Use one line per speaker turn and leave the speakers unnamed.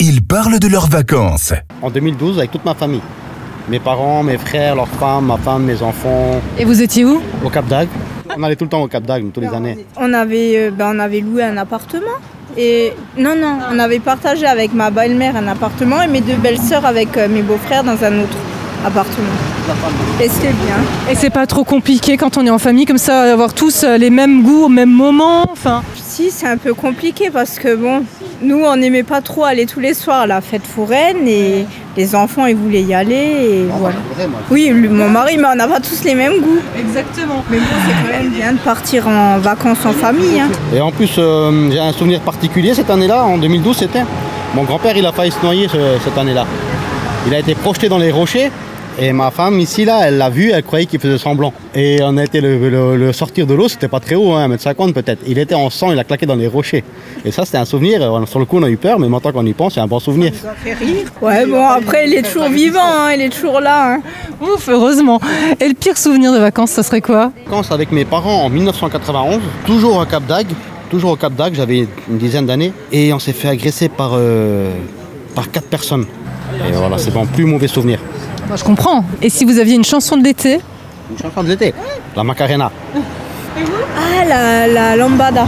Ils parlent de leurs vacances.
En 2012, avec toute ma famille. Mes parents, mes frères, leurs femmes, ma femme, mes enfants,
Et vous étiez où
au Cap d'Agde. On allait tout le temps au Cap d'Agde, tous les années.
On avait, euh, ben, on avait loué un appartement. Et non, non, on avait partagé avec ma belle-mère un appartement et mes deux belles-sœurs avec euh, mes beaux-frères dans un autre appartement. Et c'était bien.
Et c'est pas trop compliqué quand on est en famille comme ça, avoir tous euh, les mêmes goûts au même moment. Enfin,
Si, c'est un peu compliqué parce que bon, nous, on n'aimait pas trop aller tous les soirs à la fête foraine et les enfants, ils voulaient y aller. Et voilà. Oui, lui- mon mari, mais on n'a pas tous les mêmes goûts.
exactement.
Mais bon, c'est quand même bien de partir en vacances en famille. hein.
Et en plus, euh, j'ai un souvenir particulier cette année-là, en 2012, c'était. Mon grand-père, il a failli se noyer ce- cette année-là. Il a été projeté dans les rochers. Et ma femme, ici, là, elle l'a vu, elle croyait qu'il faisait semblant. Et on a été le, le- le sortir de l'eau, c'était pas très haut, hein, 1m50 peut-être. Il était en sang, il a claqué dans les rochers. Et ça, c'était un souvenir. euh, Sur le coup, on a eu peur, mais maintenant qu'on y pense, c'est un bon souvenir.
Ouais, bon, après, il est toujours vivant, hein, il est toujours là. hein.
Ouf, heureusement. Et le pire souvenir de vacances, ça serait quoi
vacances avec mes parents en 1991, toujours au Cap d'Agde, toujours au Cap d'Agde, j'avais une dizaine d'années, et on s'est fait agresser par, euh, par quatre personnes. Et voilà, c'est mon plus mauvais souvenir.
Moi, Je comprends. Et si vous aviez une chanson de l'été
Une chanson de l'été, la Macarena.
Ah, la, la lambada.